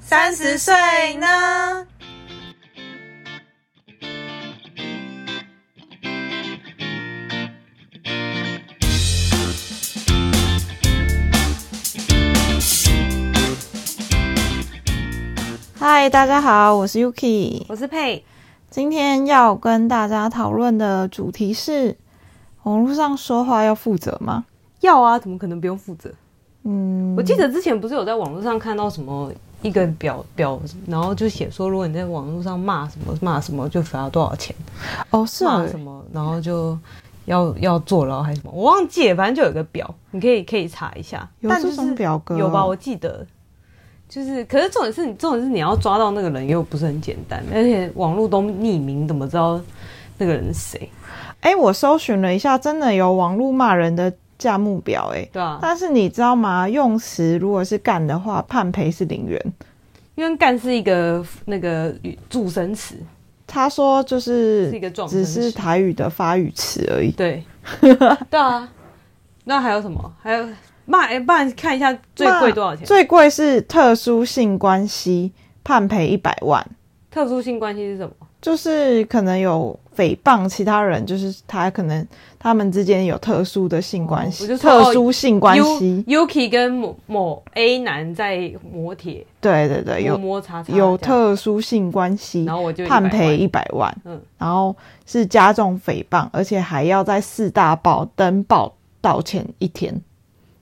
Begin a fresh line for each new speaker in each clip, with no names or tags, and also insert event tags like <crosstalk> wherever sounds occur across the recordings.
三十岁呢？
嗨，大家好，我是 Yuki。
我是佩，
今天要跟大家讨论的主题是：网络上说话要负责吗？
要啊，怎么可能不用负责？
嗯，
我记得之前不是有在网络上看到什么一个表表，然后就写说，如果你在网络上骂什么骂什么，就罚多少钱，
哦，是
骂
哦，
什么，然后就要要坐牢还是什么，我忘记了，反正就有一个表，你可以可以查一下。
有
但
这
就
种
是
表格哦、
有吧？我记得，就是，可是重点是你，重点是你要抓到那个人又不是很简单，而且网络都匿名，怎么知道那个人是谁？
哎、我搜寻了一下，真的有网络骂人的价目表、哎。
对啊，
但是你知道吗？用词如果是干的话，判赔是零元。
因为干是一个那个语助声词，
他说就是
一
是
个撞声
只
词
是台语的发语词而已。 <laughs>
对，对啊。那还有什么？还有骂，哎、不然看一下最贵多少钱？
最贵是特殊性关系，判赔一百万。
特殊性关系是什么？
就是可能有诽谤其他人，就是他可能他们之间有特殊的性关
哦我
系，
就说哦
特殊性关
U
系，
Yuki 跟某某 A 男在摩铁
对对对，
摩
哎有
摩擦擦，
有，特殊性关系
然，后我就
判
100万
赔一百万，
嗯
然后是加重诽谤，而且还要在四大报登报道歉一天，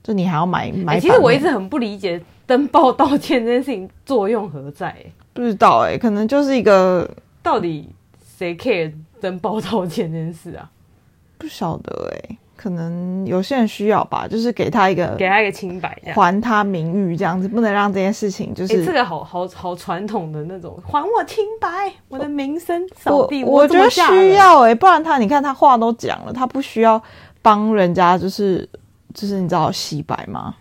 就你还要买买版面、
欸其实我一直很不理解登报道歉这件事情作用何在、欸
不知道哎、可能就是一个
到底谁 care 登报道歉这件事啊？
不晓得哎、可能有些人需要吧，就是给他一个
给他一个清白这样。
还他名誉这样子，不能让这件事情就
哎、
是。
这个好好好传统的那种，还我清白，我的名声扫
我
地。
我
这
觉
么
得
嫁人
需，要哎、不然他你看他话都讲了，他不需要帮人家就是就是你知道洗白吗？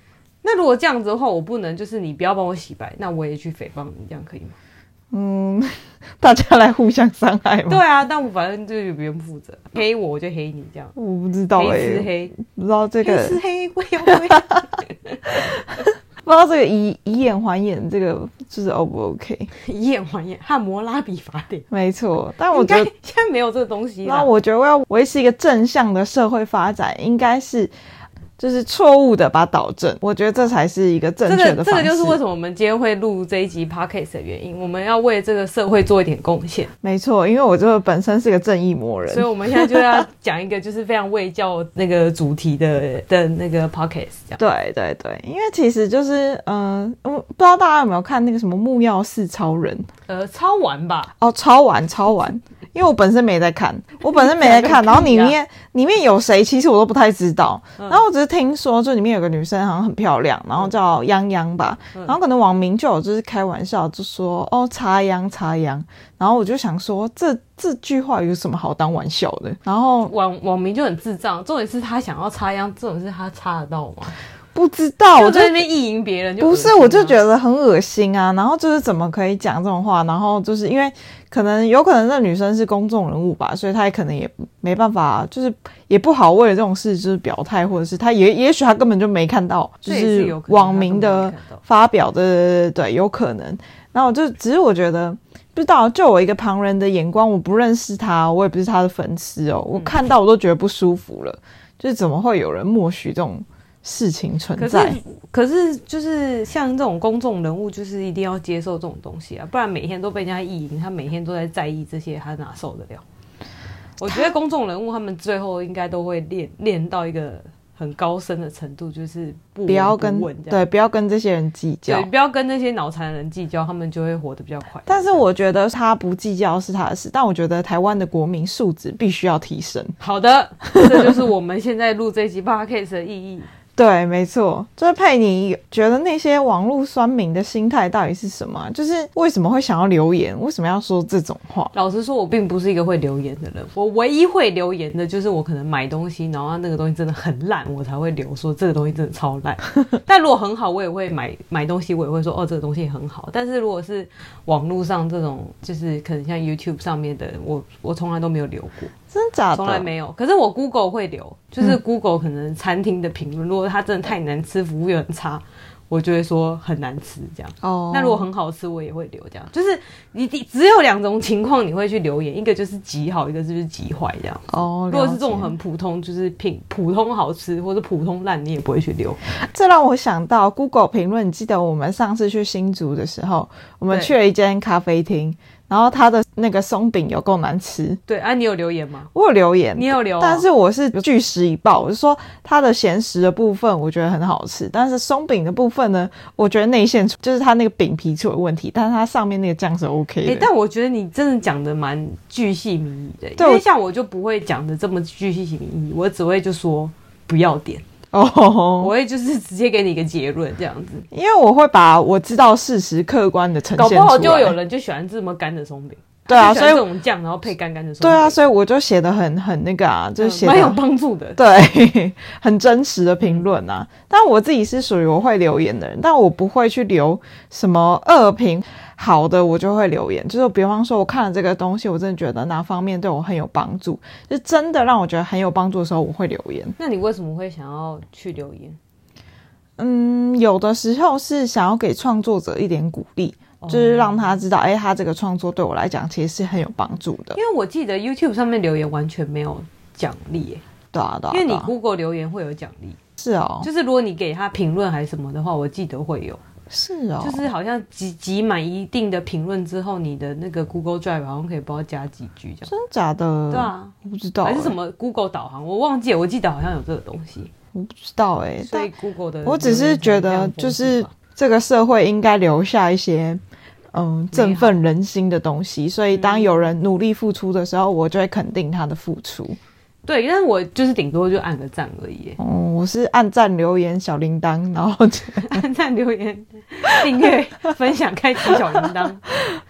那如果这样子的话，我不能就是你不要帮我洗白，那我也去诽谤你，这样可以吗？
嗯，大家来互相伤害吗？
对，啊，但我反正就是不用负责，黑我我就黑你这样，
我不知道哎、
黑吃黑，
不知道这
黑
个
吃黑，我也会。
<laughs> 不知道这个以以眼还眼这个就是 O 不 OK？
以眼还眼，汉摩拉比法典。
没错，但我
应
觉
该
得。
现在没有这个东西啦。
那我觉得要维持一个正向的社会发展，应该是就是错误的把它导正，我觉得这才是一个正
这
确
个
的
这
方式。
个就是为什么我们今天会录这一集 podcast 的原因，我们要为这个社会做一点贡献，
没错，因为我这本身是个正义魔人，
所以我们现在就要讲一个就是非常为教那个主题的的那个 podcast 这样。
对对对，因为其实就是嗯、呃我不知道大家有没有看那个什么木曜四超人
呃，抄完吧，
哦，超玩超玩，因为我本身没在看，我本身没在看，然后里面里面有谁，其实我都不太知道，然后我只是听说，就里面有个女生好像很漂亮，然后叫泱泱吧，然后可能网民就有就是开玩笑就说哦插秧插秧，然后我就想说这这句话有什么好当玩笑的，然后
网网民就很智障，重点是他想要插秧，重点是他插得到吗？
不知道，啊我
就
就
在那边意淫别人就
不
恶
是
心，啊
我就觉得很恶心啊。然后就是怎么可以讲这种话？然后就是因为可能有可能那女生是公众人物吧，所以她也可能也没办法，就是也不好为了这种事就是表态，或者是她也也许她根本就没看到，就
这也是
是
有可能
网民的
他根本没看到
发表的对，有可能。然后我就只是我觉得。不知道，就我一个旁人的眼光，我不认识他，我也不是他的粉丝哦。
嗯
我看到我都觉得不舒服了，就是怎么会有人默许这种事情存
可
在？
是，可是就是像这种公众人物，就是一定要接受这种东西啊，不然每天都被人家意淫，他每天都在在意这些，他哪受得了？我觉得公众人物他们最后应该都会练练到一个很高深的程度，就是不
不要
闻
跟
问这样
对，不要跟这些人计较
对，。不要跟那些脑残人计较，他们就会活得比较快。
但是我觉得他不计较是他的事，但我觉得台湾的国民素质必须要提升。
好的，这就是我们现在录这集 podcast 的意义。
对，没错，就是佩妮觉得那些网络酸民的心态到底是什么啊？就是为什么会想要留言？为什么要说这种话？
老实说，我并不是一个会留言的人。我唯一会留言的就是我可能买东西，然后那个东西真的很烂，我才会留说这个东西真的超烂。但如果很好，我也会买买东西，我也会说哦这个东西很好。但是如果是网络上这种，就是可能像 YouTube 上面的，我我从来都没有留过，
真假的？
从来没有。可是我 Google 会留，就是 Google 可能餐厅的评论，如果它真的太难吃，服务又很差，我就会说很难吃这样。
哦
那如果很好吃，我也会留这样。就是你你只有两种情况你会去留言，一个就是极好，一个就是极坏这样。
哦，
如果是这
了
种
解
很普通，就是品普通好吃或者普通烂，你也不会去
<laughs>
留。
啊这让我想到 Google 评论，你记得我们上次去新竹的时候，我们
对
去了一间咖啡厅，然后它的那个松饼有够难吃，
对啊，你有留言吗？
我有留言，
你有留哦、
但是我是据实以报，我是说它的咸食的部分我觉得很好吃，但是松饼的部分呢，我觉得内馅出就是它那个饼皮出了问题，但是它上面那个酱是 OK
哎、
的。
但我觉得你真的讲的蛮巨细靡遗的，
对
因为
我
像我就不会讲的这么巨细靡遗，我只会就说不要点，我
哦，
会就是直接给你一个结论这样子，
因为我会把我知道事实客观的呈现
搞
出
不
来。
好就有人就喜欢这么干的松饼，
对啊，
<laughs> 就
所
喜欢
以
这种酱然后配干干的松饼，
对啊，所以我就写的很很那个啊，就是
嗯
写的、
蛮有帮助 <laughs> 的。
对，很真实的评论啊。
嗯
但我自己是属于我会留言的人，但我不会去留什么恶评，好的我就会留言。就是比方说，我看了这个东西，我真的觉得哪方面对我很有帮助，就真的让我觉得很有帮助的时候，我会留言。
那你为什么会想要去留言？
嗯，有的时候是想要给创作者一点鼓励，就是让他知道，哎、他这个创作对我来讲其实是很有帮助的
因。为我记得 YouTube 上面留言完全没有奖励耶、
对啊，对啊，
因为你
对啊
Google 留言会有奖励，
是哦，
就是如果你给他评论还是什么的话，我记得会有。
是哦，
就是好像集集满一定的评论之后，你的那个 Google Drive 好像可以不知道加几句这样。
真的假的？
对，啊，
我不知道、
还是什
哎？
么 Google 导航，我忘记了，我记得好像有这个东西。
欸我不知道哎、
所
但
以 Google 的，
我只是觉得，就是这个社会应该留下一些嗯振奋人心的东西，所以当有人努力付出的时候，我就会肯定他的付出。，
对，但是我就是顶多就按个赞而已
嗯，我是按赞、留言、小铃铛，然后就
<laughs> 按赞、留言、订阅、分享、开启小铃铛。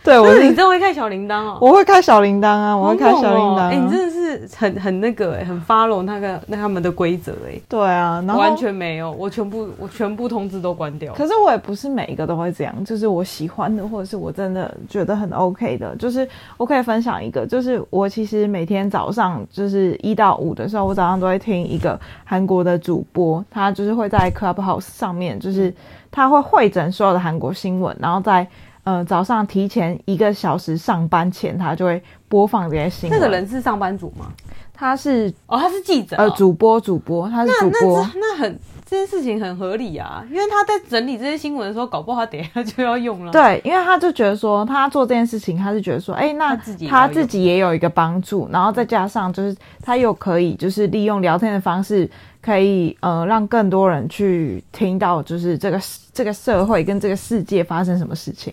对我
但是你
哦是
真的会开小铃铛哦。
我会开小铃铛啊，我会开小铃铛、
哎、你
啊。
真的是很很那个、哎，很 follow 那个那他们的规则哎，
对啊，然
我
后
完。全没有，我全部我全部通知都关掉。
可是我也不是每一个都会这样，就是我喜欢的，或者是我真的觉得很 OK 的，就是我可以分享一个，就是我其实每天早上就是一到五的时候，我早上都会听一个韩国的主播，他就是会在 Clubhouse 上面，就是他会会诊所有的韩国新闻，然后在呃早上提前一个小时上班前，他就会播放这些新
那
闻。
个人是上班族吗？
他是
哦，他是记者哦、
呃主播主播，他是主
那
播
那。这那很这件事情很合理啊，因为他在整理这些新闻的时候，搞不好他等一下就要用了。，
对，啊因为他就觉得说，他做这件事情，他是觉得说，哎、那
他自己也要
他
有
自己也有一个帮助，然后再加上就是他又可以就是利用聊天的方式，可以呃让更多人去听到就是这个这个社会跟这个世界发生什么事情，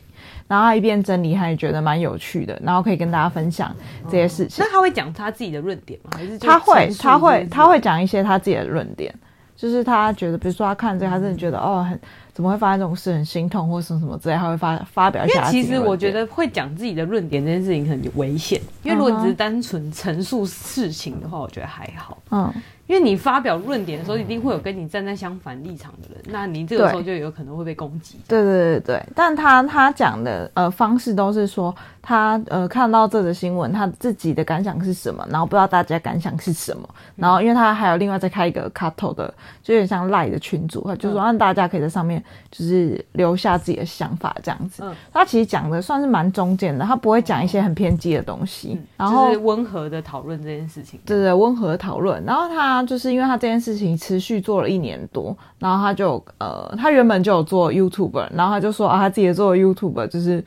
然后他一边整理，他也觉得蛮有趣的，然后可以跟大家分享这些事情。
哦那他会讲他自己的论点吗？还是就
他会
陈
他
述这件
会
事
他会讲一些他自己的论点，就是他觉得，比如说他看这个，他
嗯
真的觉得哦很。怎么会发生这种事？很心痛，或什么什么之类，他会发发表一
因
下
为
他自己
其
的论点。
实我觉得会讲自己的论点这件事情很危险，因为如果你只是单纯陈述事情的话，我觉得还好。
嗯，
因为你发表论点的时候，一定会有跟你站在相反立场的人，那你这个时候就有可能会被攻击。
对对对对，但他他讲的呃方式都是说他呃看到这则新闻，他自己的感想是什么，然后不知道大家感想是什么，然后因为他还有另外再开一个 c u t 的，就有点像赖的群组，他就说让大家可以在上面就是留下自己的想法这样子。
嗯
他其实讲的算是蛮中间的，他不会讲一些很偏激的东西，
嗯
然后
就是温和的讨论这件事情。
对对，温和讨论。然后他就是因为他这件事情持续做了一年多，然后他就呃，他原本就有做 YouTuber，然后他就说啊，他自己做 YouTuber 就是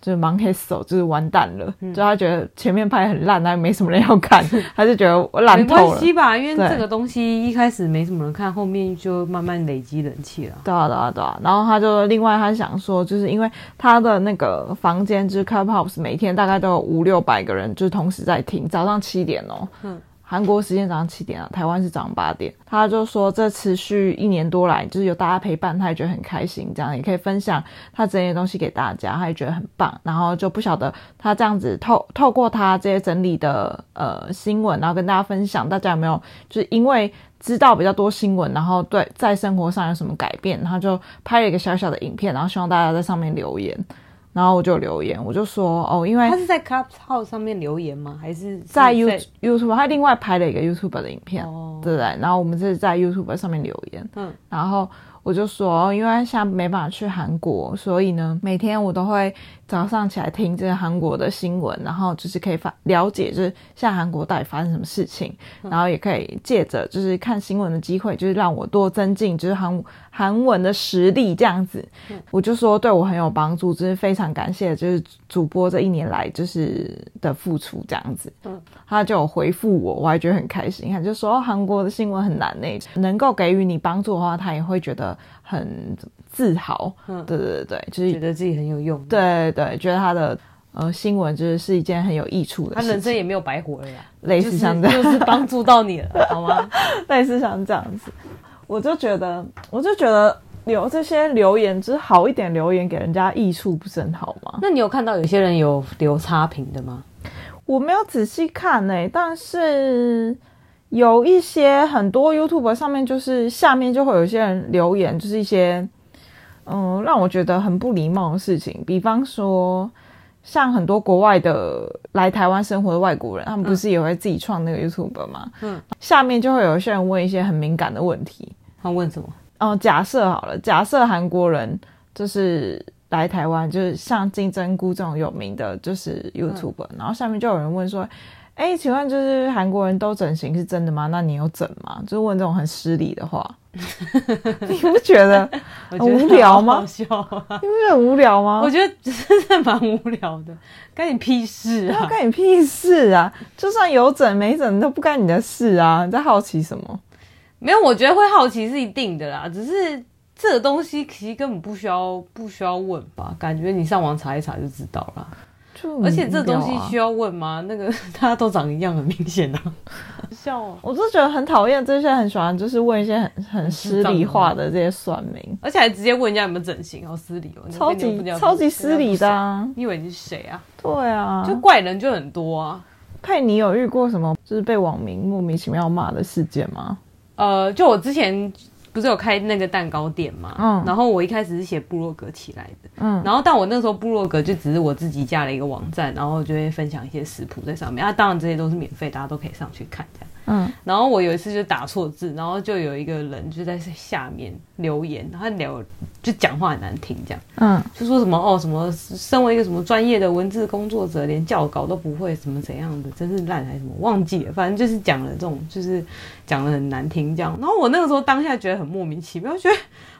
就是忙黑手，就是完蛋了，
嗯
就他觉得前面拍很烂，他也没什么人要看，他就觉得我烂
没
透
关
了。
系吧，因为
对
这个东西一开始没什么人看，后面就慢慢累积人气了。
对啊，对啊，对啊。然后他就另外他想说，就是因为他的那个房间就是 Clubhouse，每天大概都有五六百个人，就是同时在听，早上七点哦。
嗯
韩国时间早上七点啊，台湾是早上八点。他就说，这持续一年多来，就是有大家陪伴，他也觉得很开心，这样也可以分享他整理的东西给大家，他也觉得很棒。然后就不晓得他这样子透透过他这些整理的呃新闻，然后跟大家分享，大家有没有就是因为知道比较多新闻，然后对在生活上有什么改变，然后就拍了一个小小的影片，然后希望大家在上面留言。然后我就留言，我就说哦，因为
他是在 Clubhouse 上面留言吗？还是
在
是
You YouTube，他另外拍了一个 YouTube 的影片，
哦
对不对？然后我们是在 YouTube 上面留言，
嗯
然后我就说，因为现在没办法去韩国，所以呢，每天我都会早上起来听这个韩国的新闻，然后就是可以发了解，就是现在韩国到底发生什么事情，
嗯
然后也可以借着就是看新闻的机会，就是让我多增进就是韩韩文的实力这样子。
嗯
我就说对我很有帮助，就是非常感谢就是主播这一年来就是的付出这样子。
嗯
他就有回复我，我还觉得很开心。他就说哦韩国的新闻很难呢、
嗯
能够给予你帮助的话，他也会觉得很自豪。
嗯
对对对对，就是
觉得自己很有用，，
对对对，觉得他的呃新闻就是是一件很有益处的
他
事
人
情，
生也没有白活了啦，
类
就
似
是
像这样，
就是帮助到你了， <laughs> 好吗？
<laughs> 类似像这样子，我就觉得，我就觉得留这些留言，就是好一点留言给人家益处，不是很好吗？
那你有看到有些人有留差评的吗？
我没有仔细看呢、但是有一些很多 YouTube 上面就是下面就会有一些人留言，就是一些嗯让我觉得很不礼貌的事情，比方说。像很多国外的来台湾生活的外国人，他们不是也会自己创那个 YouTube 吗？
嗯，
下面就会有一些人问一些很敏感的问题，
他问什么？
哦，假设好了，假设韩国人就是来台湾，就是像金针菇这种有名的，就是
嗯
YouTube，、然后下面就有人问说，哎、请问就是韩国人都整形是真的吗？那你有整吗？就是问这种很失礼的
<laughs>
话，你不觉得
我
很无聊吗
好好笑啊！
你不觉得很无聊吗？
我觉得真的蛮无聊的，干你屁事
那
啊！
干你屁事啊！就算有整没整都不干你的事啊！你在好奇什么？
没有，我觉得会好奇是一定的啦，只是这个东西其实根本不需要不需要问吧，感觉你上网查一查就知道啦。
就
而且这东
很无
西
聊啊
需要问吗？那个 <laughs> 大家都长一样，很明显啊，笑哦。
我就觉得很讨厌这些很喜欢就是问一些很很失礼话的这些算命，
而且还直接问人家有没有整形，好失礼哦，
超级超级失礼的、
啊！
啊。
你以为你是谁啊？
对啊，
就
就
怪人就很多啊。
佩你有遇过什么就是被网民莫名其妙骂的事件吗？
呃，就我之前不是有开那个蛋糕店嘛，
嗯
然后我一开始是写部落格起来的，
嗯
然后但我那时候部落格就只是我自己架了一个网站，然后就会分享一些食谱在上面，啊，当然这些都是免费，大啊家都可以上去看这样。
嗯
然后我有一次就打错字，然后就有一个人就在下面留言，他聊就讲话很难听，这样
嗯，
就说什么哦什么，身为一个什么专业的文字工作者，连校稿都不会，什么怎样的，真是烂还是什么，忘记了，反正就是讲了这种，就是讲的很难听这样。然后我那个时候当下觉得很莫名其妙，觉得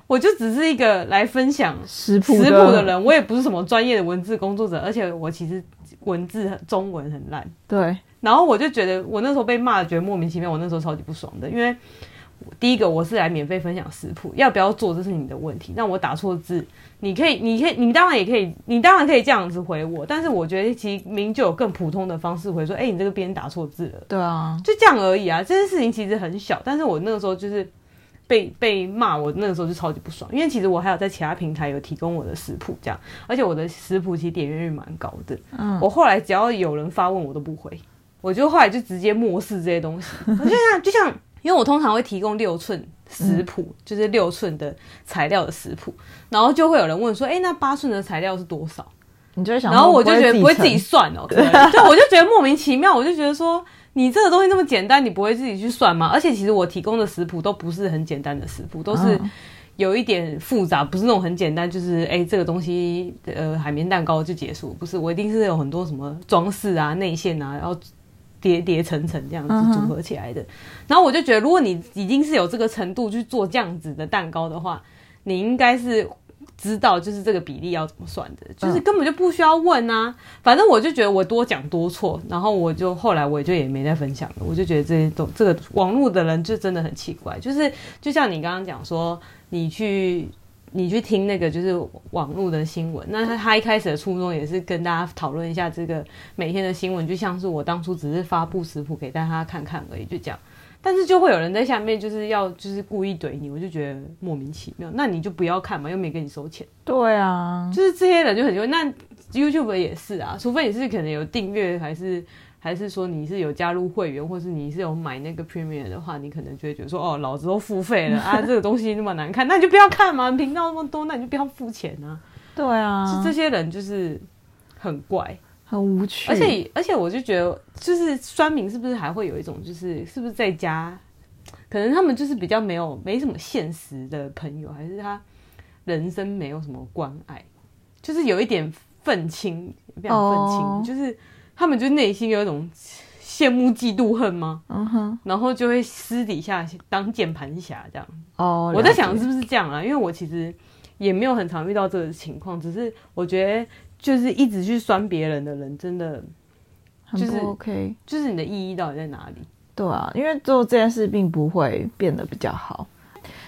我就只是一个来分享 <laughs>
食谱
食谱
的
的，人，我也不是什么专业的文字工作者，而且我其实文字很中文很烂。
对，
然后我就觉得，我那时候被骂，觉得莫名其妙。我那时候超级不爽的，因为第一个我是来免费分享食谱，要不要做这是你的问题。那我打错字，你可以，你可以，你当然也可以，你当然可以这样子回我。但是我觉得其实明明就有更普通的方式回说，哎、你这个边打错字了，
对啊，
就这样而已啊。这件事情其实很小，但是我那个时候就是被被骂，我那个时候就超级不爽，因为其实我还有在其他平台有提供我的食谱这样，而且我的食谱其实点阅率蛮高的。
嗯
我后来只要有人发问，我都不回，我就后来就直接漠视这些东西。我就像就像，因为我通常会提供六寸食谱，就是六寸的材料的食谱，然后就会有人问说，哎、那八寸的材料是多少？
你就会想说，
然后我就觉得不会自己
成
算哦，对， <laughs> 对我就觉得莫名其妙，我就觉得说。你这个东西那么简单，你不会自己去算吗？而且其实我提供的食谱都不是很简单的食谱，都是
嗯
有一点复杂，不是那种很简单，就是哎、这个东西呃海绵蛋糕就结束，不是我一定是有很多什么装饰啊、内馅啊，然后叠叠层层这样
嗯哼
子组合起来的。然后我就觉得，如果你已经是有这个程度去做这样子的蛋糕的话，你应该是知道就是这个比例要怎么算的，就是根本就不需要问啊。反正我就觉得我多讲多错，然后我就后来我也就也没再分享了。我就觉得这些都这个网络的人就真的很奇怪，就是就像你刚刚讲说，你去。你去听那个就是网络的新闻，那他他一开始的初衷也是跟大家讨论一下这个每天的新闻，就像是我当初只是发布食谱给大家看看而已，就这样。但是就会有人在下面就是要就是故意怼你，我就觉得莫名其妙。那你就不要看嘛，又没给你收钱。
对啊，
就是这些人就很奇怪。那 YouTube 也是啊，除非你是可能有订阅，还是还是说你是有加入会员，或是你是有买那个 Premium 的话，你可能就会觉得说，哦，老子都付费了啊，这个东西那么难看，那你就不要看嘛，频道那么多，那你就不要付钱啊。
对啊，
就这些人就是很怪。
很无趣，
而且而且我就觉得，就是酸民是不是还会有一种，就是是不是在家？可能他们就是比较没有没什么现实的朋友，还是他人生没有什么关爱，就是有一点愤青，非常愤青
哦
就是他们就内心有一种羡慕、嫉妒、恨吗？
嗯哼，
然后就会私底下当键盘侠这样。
哦，
我在
了解
想是不是这样啊？因为我其实也没有很常遇到这个情况，只是我觉得就是一直去酸别人的人，真的
很
就是
不 OK，
就是你的意义到底在哪里？
对啊，因为做这件事并不会变得比较好。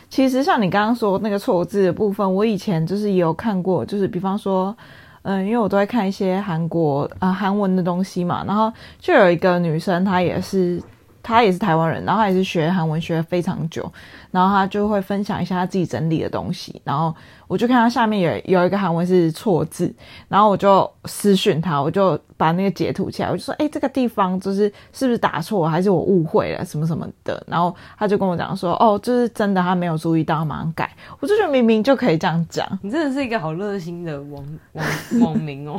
其实像你刚刚说那个错字的部分，我以前就是也有看过，就是比方说，嗯，因为我都会看一些韩国啊韩文的东西嘛，然后就有一个女生，她也是她也是台湾人，然后她也是学韩文学了非常久，然后她就会分享一下她自己整理的东西，然后我就看她下面有有一个韩文是错字，然后我就私讯她，我就把那个截图起来，我就说，哎、这个地方就是是不是打错，还是我误会了什么什么的，然后她就跟我讲说，
嗯
哦，就是真的，她没有注意到，她马上改，我就觉得明明就可以这样讲，
你真的是一个好热心的网 <laughs> 网网民 <laughs> 哦，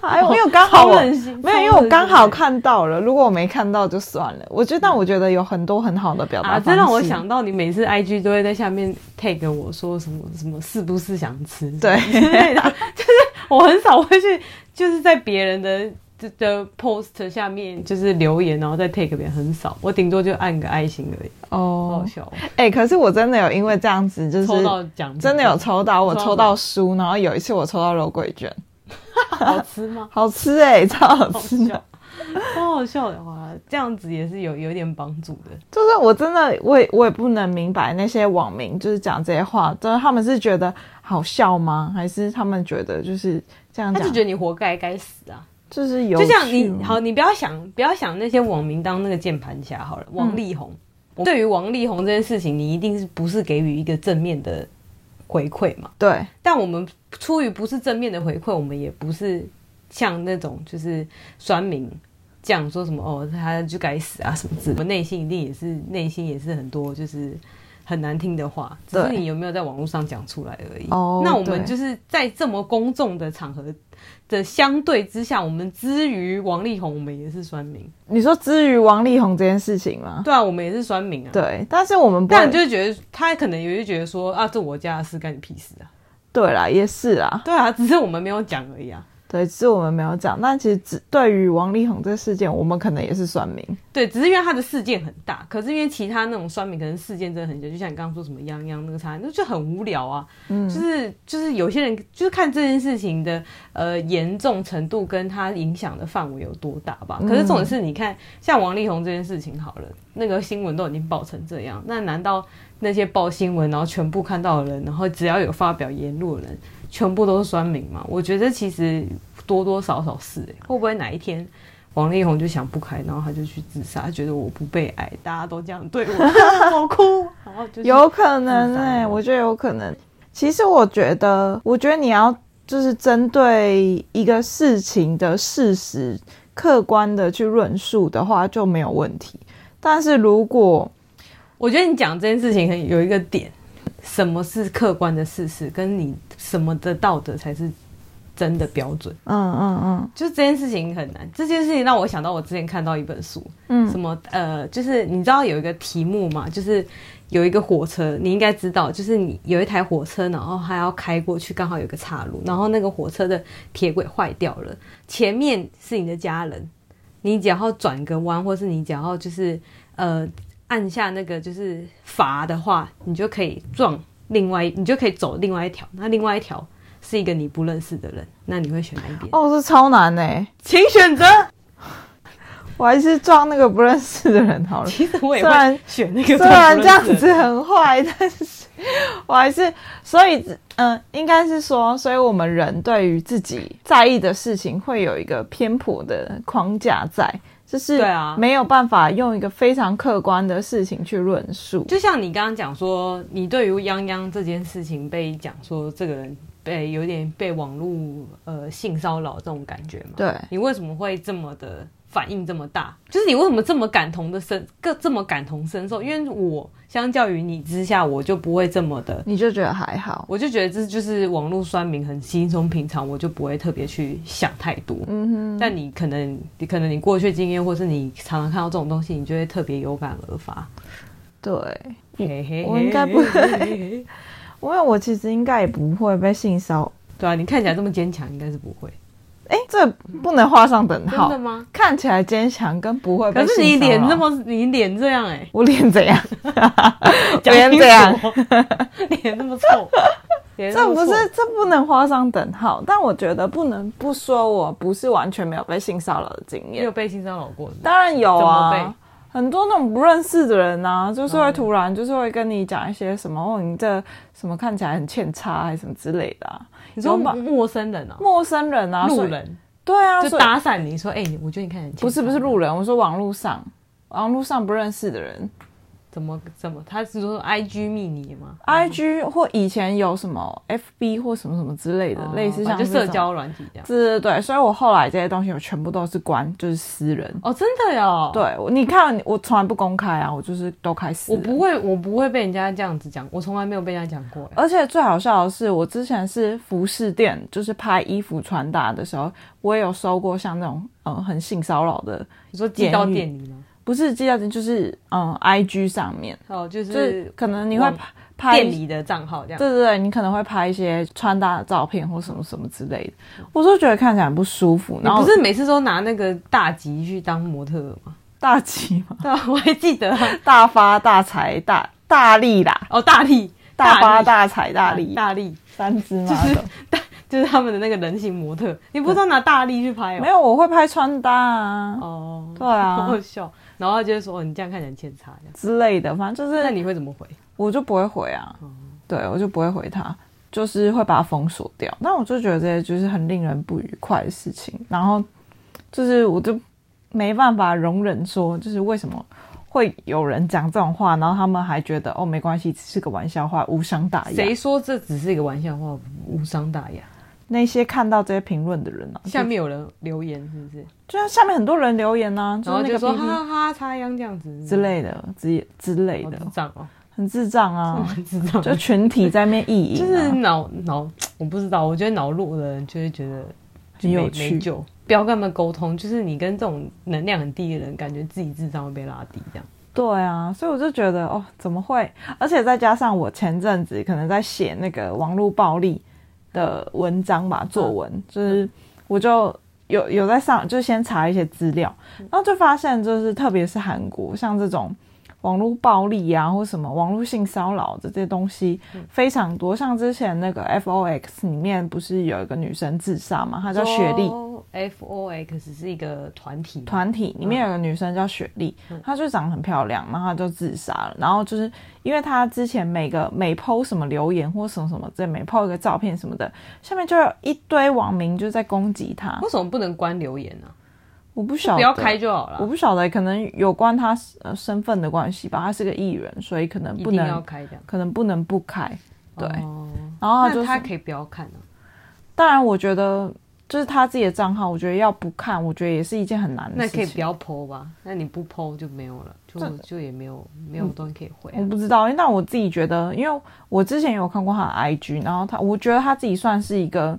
哎，因为我刚好
超
我
任性
没有，
超
因为我
任
刚
性
好
的
看到了。如果我没看到就算了。我觉得，但我觉得有很多很好的表达
啊！
方式。
这让我想到你每次 IG 都会在下面 tag 我说什么什么是不是想吃
对
之 <laughs> 类的，就是我很少会去就是在别人的。的的 post 下面就是留言，然后再 take 别人很少，我顶多就按个爱心而已，好
哦
好，笑哦、
哎、可是我真的有因为这样子，就是
抽到奖品
真的有抽到，我
抽到
抽到书，然后有一次我抽到肉桂卷，
好吃吗？
好吃哎、超好
好
吃的
笑。，超好笑的哇！这样子也是有有点帮助的。
就是我真的，我也我也不能明白那些网民就是讲这些话，就是他们是觉得好笑吗？还是他们觉得就是这样
他就
讲，
觉得你活该该死啊！
就是有
就像
趣哦
你
吗
好，你不要想不要想那些网民当那个键盘侠好
嗯
了。王力宏，我对于王力宏这件事情，你一定是不是给予一个正面的回馈嘛？
对
但我们出于不是正面的回馈，我们也不是像那种就是酸民这样说什么哦，他就该死啊什么之类的。我内心一定也是内心也是很多就是很难听的话，只是
对
你有没有在网络上讲出来而已。
哦
那我
对
们就是在这么公众的场合的相对之下，我们之于王力宏，我们也是酸民，
你说至于王力宏这件事情吗？
对啊，我们也是酸民啊。。
对，但是我们不
但就是觉得他可能也就觉得说啊，这我家的事，干你屁事啊！
对啦，也是啦，
对啊，只是我们没有讲而已啊。
对，只是我们没有讲。但其实只对于王力宏这事件，我们可能也是算命。
对，只是因为他的事件很大，可是因为其他那种酸民可能事件真的很小，就像你刚刚说什么泱泱那个差，那就很无聊啊。
嗯
就是就是有些人就是看这件事情的呃严重程度跟他影响的范围有多大吧。可是重点是，你看像王力宏这件事情好了，那个新闻都已经报成这样，那难道那些报新闻然后全部看到的人，然后只要有发表言论的人，全部都是酸民嘛？我觉得其实多多少少是、欸，会不会哪一天？王力宏就想不开，然后他就去自杀，觉得我不被爱，大家都这样对我，我哭，然后就是
有可能
自杀
哎、
的
我觉得有可能。其实我觉得，我觉得你要就是针对一个事情的事实，客观的去论述的话就没有问题。但是如果
我觉得你讲这件事情很有一个点，什么是客观的事实，跟你什么的道德才是真的标准，
嗯嗯嗯
就这件事情很难。这件事情让我想到我之前看到一本书，什
嗯，
么呃，就是你知道有一个题目嘛，就是有一个火车，你应该知道，就是你有一台火车，然后它要开过去，刚好有一个岔路，然后那个火车的铁轨坏掉了，前面是你的家人，你只要转个弯，或是你只要就是呃按下那个就是阀的话，你就可以撞另外，你就可以走另外一条，那另外一条是一个你不认识的人，那你会选哪一边？
哦，是超难哎、
请选择。
我还是撞那个不认识的人
<laughs>
好了。
其实我也
虽然
会选
<laughs>
那个撞不
虽
认识的人，
然啊这样子很坏，但是我还是，所以嗯、应该是说，所以我们人对于自己在意的事情会有一个偏颇的框架在，就是
对啊
没有办法用一个非常客观的事情去论述。
就像你刚刚讲说，你对于泱泱这件事情被讲说这个人被有点被网络呃性骚扰这种感觉嘛？
对，
你为什么会这么的反应这么大？就是你为什么这么感同的身，更这么感同身受？因为我相较于你之下，我就不会这么的，
你就觉得还好，
我就觉得这就是网络酸民很稀松平常，我就不会特别去想太多。
嗯哼，
但你可能，你可能你过去的经验，或是你常常看到这种东西，你就会特别有感而发。
对，
嘿嘿
我应该不会。因为我其实应该也不会被性骚
对啊，你看起来这么坚强，应该是不会。
哎、这不能画上等号。
真的吗？
看起来坚强跟不会被
可
性
是
骚扰
你脸那，么，你脸这样哎、
我脸怎样？
<laughs> 讲
脸
清
怎样？
楚哦， <laughs> 脸那么臭，脸那
这
么
不
臭
是这不能画上等号，但我觉得不能不说我不是完全没有被性骚扰的经
你
验
有，被性骚扰过的？
当然有
怎么嗯
啊。很多那种不认识的人啊，就是会突然就是会跟你讲一些什么，哦，你这什么看起来很欠差，还是什么之类的、啊。
你说
有吧
陌陌生人啊，
陌生人啊，
路
所以，
人
对啊，
就
所以
搭讪你说，哎、你我觉得你看起来很
不是
健
不
康
是路人，我说网络上，网络上不认识的
嗯
人
怎么怎么，他是说 I G 密你吗？
，I G 或以前有什么 F B 或什么什么之类的，
哦
类似像
反正就社
这种，
交软体这样。
对对对，所以我后来这些东西我全部都是关，就是私人。
哦，真的哟。，
对，我你看我从来不公开啊，我就是都开私
我
人。
不会，我不会被人家这样子讲，我从来没有被人家讲过、哎
而且最好笑的是，我之前是服饰店，就是拍衣服穿搭的时候，我也有收过像那种嗯很性骚扰的，
你说寄到店里吗？
不是寄到就是嗯 I G 上面，
哦，就
就是
是
可能你会
网
拍拍
店里的账号这样。
对对对，你可能会拍一些穿搭的照片或什么什么之类的，我就觉得看起来很不舒服。
你
然后
不是每次都拿那个大吉去当模特儿
<laughs>
吗？
大吉嘛，
对啊，我还记得啊、
大发大财大大力啦，
哦，大力，
大发
力
大财大力，
大力
三只嘛
就是就是他们的那个人形模特，你不是都拿大力去拍哦？
没有，我会拍穿搭啊
哦，
对啊
好好笑。然后他就会说哦，你这样看起来很欠差这样。
之类的，反正就
那
是
你会怎么回？
我就不会回啊，对我就不会回他。就是会把他封锁掉，但我就觉得这些就是很令人不愉快的事情，然后就是我就没办法容忍说，就是为什么会有人讲这种话，然后他们还觉得哦没关系，只是个玩笑话，无伤大雅
谁。说这只是一个玩笑话，无伤大雅？
那些看到这些评论的人啊，
下面有人留言是不是？
就像下面很多人留言呢、啊，
然后
是
就
那
说
个
哈
PPT
哈哈插秧这样子
之，类的，之之类
嗯好
的，
智障哦，
很智障啊，
<laughs> 很智障。
就群体在面意淫、啊，
<laughs> 就是脑脑，我不知道，我觉得脑弱的人就会觉得
很有
没没
趣。
救，不要跟他们沟通。就是你跟这种能量很低的人，感觉自己智商会被拉低这样。
对啊，所以我就觉得哦，怎么会？而且再加上我前阵子可能在写那个网络暴力的文章吧，作文，就是我就有有在上，就先查一些资料，然后就发现就是特别是韩国，像这种网络暴力啊，或什么网络性骚扰的这些东西非常多。像之前那个 FOX 里面不是有一个女生自杀嘛，她叫雪莉。
，F O X 是一个团体嘛，
团体里面有个女生叫雪莉，
嗯
她就长得很漂亮，然后她就自杀了。然后就是因为她之前每个每 PO 什么留言或什么什么之类，每 PO 一个照片什么的，下面就有一堆网民就在攻击她。
为什么不能关留言呢、
我不晓得，
不要开就好了，
我不晓得，可能有关她呃身份的关系吧，她是个艺人，所以可能
一
不
定要
能，
开这样。
可能不能不开。对，
哦
然后她就
那他
是，
可以不要看啊。
当然我觉得就是她自己的账号，我觉得要不看，我觉得也是一件很难的
那
事情。
可以不要 PO 吧？那你不 PO 就没有了，就
这嗯
就也没有没有东西可以回啊、
我不知道，但我自己觉得，因为我之前有看过她的 IG，然后她，我觉得她自己算是一个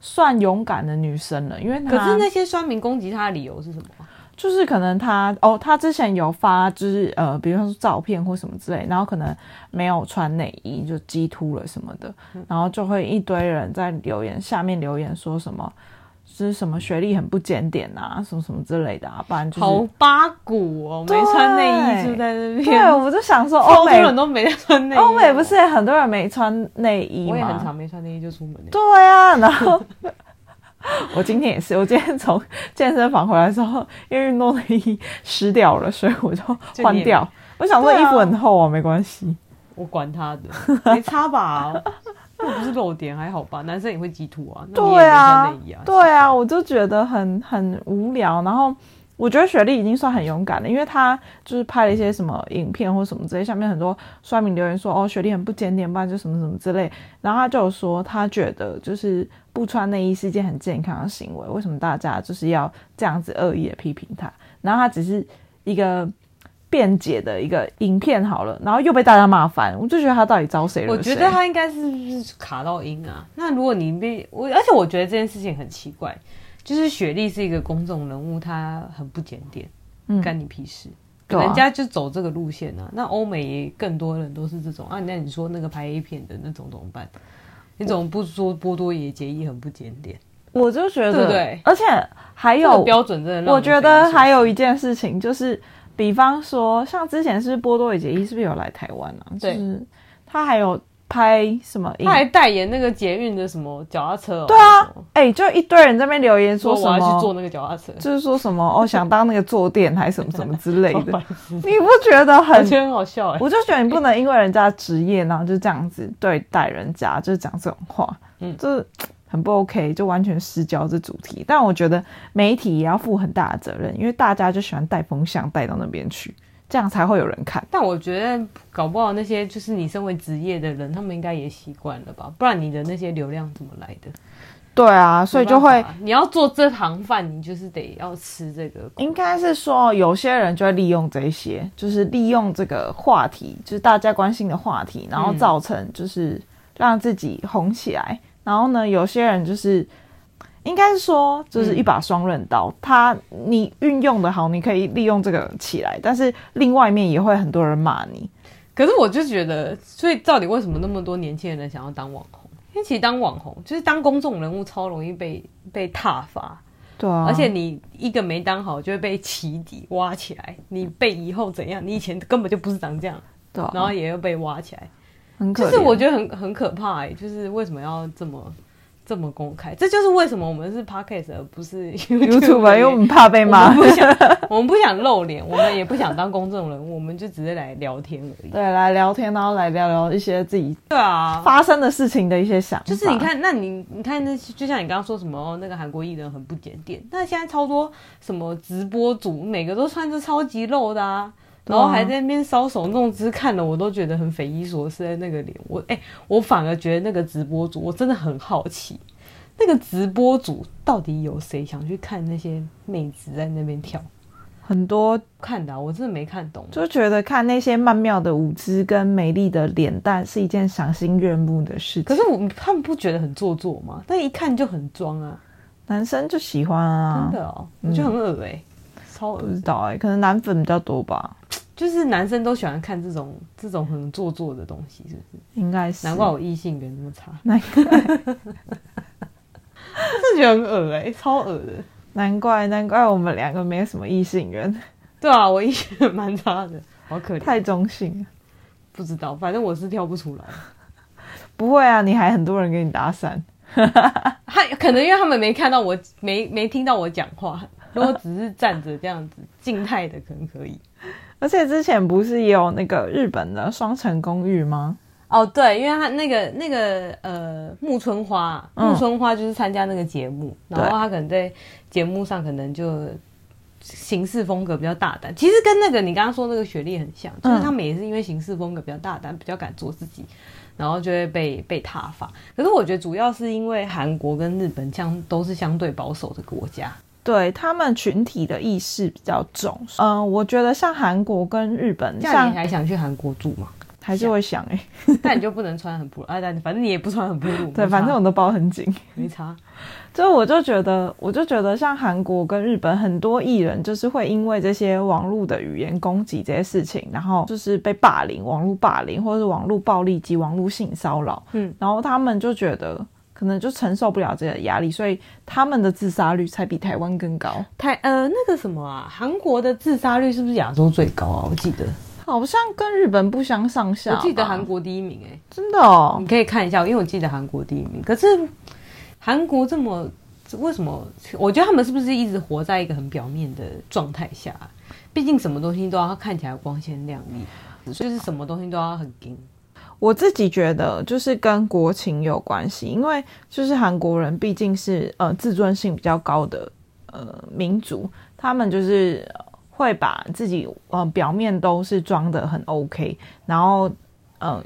算勇敢的女生了，因为她
可是那些酸民攻击他的理由是什么啊？
就是可能她哦，她之前有发就是呃，比如说照片或什么之类，然后可能没有穿内衣就激突了什么的，
嗯
然后就会一堆人在留言下面留言说什么。是什么学历很不检点啊，什么什么之类的啊，不然就是
好八股哦，没
对
穿内衣就在那
对，
边，
我就想说
超
欧
多
美
人都没在穿内衣。哦
欧美不，是也很多人没穿内衣吗？
我也很常没穿内衣就出门欸。
对啊，然后 <laughs> 我今天也是，我今天从 <laughs> 健身房回来之后，因为运动内衣湿掉了，所以我就
就
换
你也
掉。我想说
对
衣
啊
服很厚啊，没关系。
我管他
<laughs>
的，没差吧？又不是露点，还好吧？男生也会激突啊，那你
对
也没穿
啊
内衣啊，，
对啊，我就觉得很很无聊。然后我觉得雪莉已经算很勇敢了，因为她就是拍了一些什么影片或什么之类，下面很多刷民留言说哦，雪莉很不检点吧，就什么什么之类。然后她就有说，她觉得就是不穿内衣是一件很健康的行为，为什么大家就是要这样子恶意的批评她？然后她只是一个。辩解的一个影片好了，然后又被大家骂翻，我就觉得她到底招谁惹谁？
我觉得他应该是是卡到音啊。那如果你被我，而且我觉得这件事情很奇怪，就是雪莉是一个公众人物，她很不检点，
嗯
干你屁事？
对啊
人家就走这个路线啊。那欧美也更多人都是这种啊，那你说那个拍 A 片的那种怎么办？你怎么不说波多野结衣很不检点？
我就觉得，
对不对
而且还
这个
有，
标准真的让
我
人
觉
匪夷
得
所思
还有一件事情就是，比方说，像之前是不是波多野结衣是不是有来台湾啊？
对
就是他还有拍什么影
他还代言那个捷运的什么脚踏车、哦，
对啊，哎、就一堆人在那边留言
说
说什
哎我要去坐
么，
那个脚踏车，
就是说什么哦，想当那个坐垫还是什么什么之
<laughs>
类的
白，痴
你不觉得
我
很
觉得很好笑哎、
我就觉得你不能因为人家职业，然后就这样子对待人家，就是讲这种话，
嗯
就是很不 OK，就完全失焦这主题。但我觉得媒体也要负很大的责任，因为大家就喜欢带风向带到那边去，这样才会有人看。
但我觉得搞不好那些就是你身为职业的人，他们应该也习惯了吧？不然你的那些流量怎么来的？
对啊，所以就
没
会
办法你要做这行饭，你就是得要吃这个苦。
应该是说，有些人就会利用这些，就是利用这个话题，就是大家关心的话题，然后造成就是让自己红起来。然后呢，有些人就是应该是说，
嗯
就是一把双刃刀，他你运用的好，你可以利用这个起来，但是另外一面也会很多人骂你。
可是我就觉得，所以到底为什么那么多年轻人想要当网红？因为其实当网红就是当公众人物，超容易被被挞伐。
对啊，
而且你一个没当好，就会被起底挖起来，你被以后怎样？你以前根本就不是长这样，
对啊，
然后也会被挖起来。
很可怜
就是我觉得很很可怕哎、就是为什么要这么这么公开？这就是为什么我们是 podcast 而不是
YouTube，吧因为我
我们
们怕被骂。
不想，我们不想露脸，我们也不想当公众人物，我们就只是来聊天而已。
对，来聊天，然后来聊聊一些自己
对啊，
发生的事情的一些想法。
就是你看，那你你看那些，就像你刚刚说什么、哦那个韩国艺人很不检点，那现在超多什么直播主，每个都穿着超级露的啊，
对
然
啊
后还在那边搔首弄姿，看了我都觉得很匪夷所思的那个脸，我哎、我反而觉得那个直播主，我真的很好奇，那个直播主到底有谁想去看那些妹子在那边跳？
很多
看的啊、我真的没看懂。
就觉得看那些曼妙的舞姿跟美丽的脸蛋是一件赏心悦目的事情。
可是我们他们不觉得很做作吗？但一看就很装啊，
男生就喜欢啊
真，的哦，我觉得很恶哎、超恶
不知道哎、可能男粉比较多吧，
就是男生都喜欢看这种这种很做作的东西，是不是？
应该是。
难怪我异性缘那么差，
难
是觉得很恶哎、超恶的。
欸难怪难怪我们两个没什么异性缘，
对啊，我异性缘蛮差的，好可怜。
太中性了。
不知道，反正我是跳不出来。
不会啊，你还很多人给你搭讪，
他可能因为他们没看到我，没没听到我讲话。如果只是站着这样子静态的，可能可以。
而且之前不是也有那个日本的双层公寓吗？
哦，对，因为他那个那个呃木村花，
嗯
木村花就是参加那个节目，然
对
后他可能在节目上可能就行事风格比较大胆，其实跟那个你刚刚说那个雪莉很像，
嗯
就是他们也是因为行事风格比较大胆，比较敢做自己，然后就会被被挞伐。可是我觉得主要是因为韩国跟日本相都是相对保守的国家，
对他们群体的意识比较重，嗯、我觉得像韩国跟日本，
这样
像
你还想去韩国住吗？ <laughs>
还是会想哎、
但你就不能穿很暴露，哎，但反正你也不穿很暴露，
对，
没差
反正我都包很紧。
没差，
就我就觉得，我就觉得像韩国跟日本很多艺人，就是会因为这些网络的语言攻击这些事情，然后就是被霸凌、网络霸凌，或者是网络暴力及网络性骚扰，
嗯，
然后他们就觉得可能就承受不了这个压力，所以他们的自杀率才比台湾更高，
台呃那个什么啊，韩国的自杀率是不是亚洲最高啊？我记得，
好像跟日本不相上下
我
吧。
记得韩国第一名哎、
真的哦
你，可以看一下，因为我记得韩国第一名。可是韩国这么为什么？我觉得他们是不是一直活在一个很表面的状态下啊？毕竟什么东西都要看起来光鲜亮丽，就是什么东西都要很硬。
我自己觉得就是跟国情有关系，因为就是韩国人毕竟是呃自尊性比较高的呃民族，他们就是呃会把自己呃表面都是装的很 OK，然后呃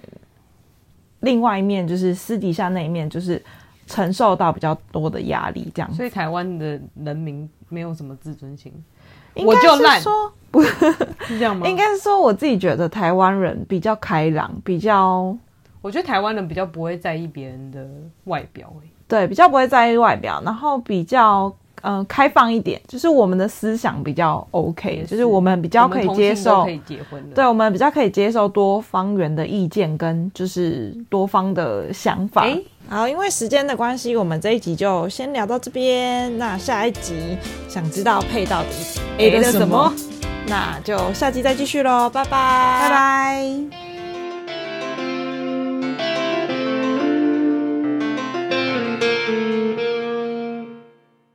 另外一面就是私底下那一面就是承受到比较多的压力，这样
所以台湾的人民没有什么自尊心，
应该是
我就烂
说
是这样吗？
应该是说我自己觉得台湾人比较开朗，比较
我觉得台湾人比较不会在意别人的外表、欸，
对，比较不会在意外表，然后比较嗯、开放一点，就是我们的思想比较 OK，
也
就是我们比较可以接受
我们同性都可以结婚了。
对，我们比较可以接受多方圆的意见跟就是多方的想法。
诶
好，因为时间的关系，我们这一集就先聊到这边。那下一集想知道配到底
A 了什么
那就下集再继续喽，拜拜，
拜拜。